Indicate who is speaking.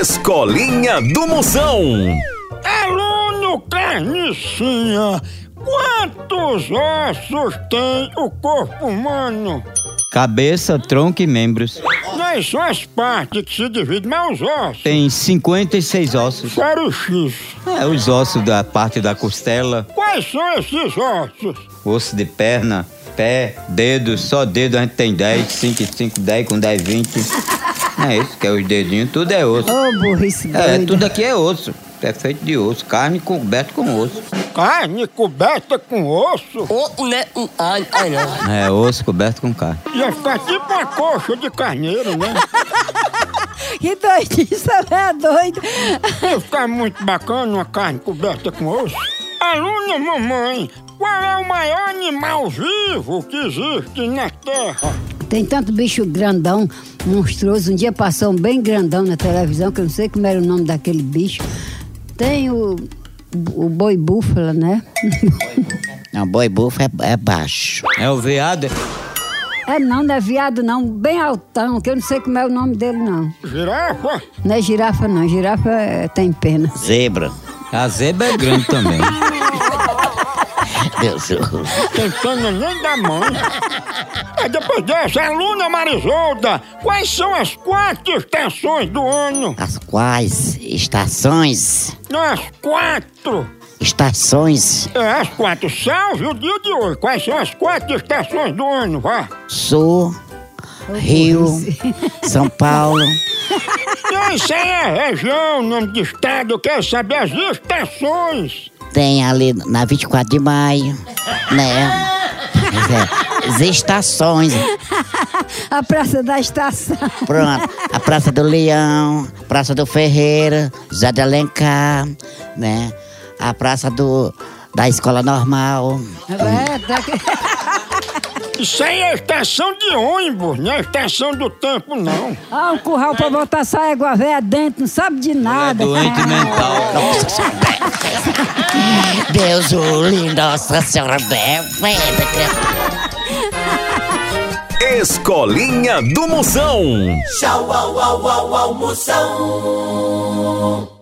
Speaker 1: Escolinha do Moção.
Speaker 2: Aluno carnicinha, quantos ossos tem o corpo humano?
Speaker 3: Cabeça, tronco e membros.
Speaker 2: Não é só as partes que se dividem, mas os ossos.
Speaker 3: Tem 56 ossos.
Speaker 2: Fora o X.
Speaker 3: É, os ossos da parte da costela,
Speaker 2: Quais são esses ossos?
Speaker 3: osso de perna, pé, dedo, só dedo a gente tem 10, 5, 5, 10, com 10, 20. É isso, que é os dedinhos, tudo é osso.
Speaker 4: Ô, burrice
Speaker 5: Tá
Speaker 3: É,
Speaker 4: doida.
Speaker 3: tudo aqui é osso. É feito de osso, carne coberta com osso.
Speaker 2: Carne coberta com osso?
Speaker 6: Oh, né? Hum, Ai, ai, não.
Speaker 3: É, osso coberto com carne.
Speaker 2: Ia ficar tipo uma coxa de carneiro, né?
Speaker 4: Que doidice, é doido.
Speaker 2: Ia ficar muito bacana uma carne coberta com osso. Aluna mamãe, qual é o maior animal vivo que existe na Terra?
Speaker 4: Tem tanto bicho grandão, monstruoso. Um dia passou um bem grandão na televisão, que eu não sei como era o nome daquele bicho. Tem o, o boi búfala, né?
Speaker 5: Não, boi bufo é, é baixo.
Speaker 3: É o veado.
Speaker 4: É não, não é viado não, bem altão, que eu não sei como é o nome dele não.
Speaker 2: Girafa?
Speaker 4: Não é girafa não, girafa é- tem pena.
Speaker 5: Zebra.
Speaker 3: A zebra é grande também.
Speaker 5: Meu Deus.
Speaker 2: Tem pena nem da mãe. Aí depois dessa, aluna Marisolda, quais são as quatro estações do ano?
Speaker 5: As quais estações?
Speaker 2: Não, as quatro.
Speaker 5: Estações.
Speaker 2: É, as quatro. Salve o dia de hoje. Quais são as quatro estações do ano, vá?
Speaker 5: Sul, Rio, São Paulo.
Speaker 2: Não, isso aí é região, nome de estado. Eu quero saber as estações.
Speaker 5: Tem ali na 24 de maio, né? Mas é, As estações.
Speaker 4: A praça da estação.
Speaker 5: Pronto. A Praça do Leão, Praça do Ferreira, José de Alencar, né? A Praça do, da Escola Normal.
Speaker 4: É, tá que...
Speaker 2: Isso aí é estação de ônibus, não é estação do tempo, não.
Speaker 4: Ah, um curral pra botar saia água véia dentro, não sabe de
Speaker 3: É
Speaker 4: nada.
Speaker 3: doente mental.
Speaker 5: Deus, o lindo, Nossa Senhora, bem, bem,
Speaker 1: Escolinha do Moção.
Speaker 7: Tchau, au, au, au, almoção.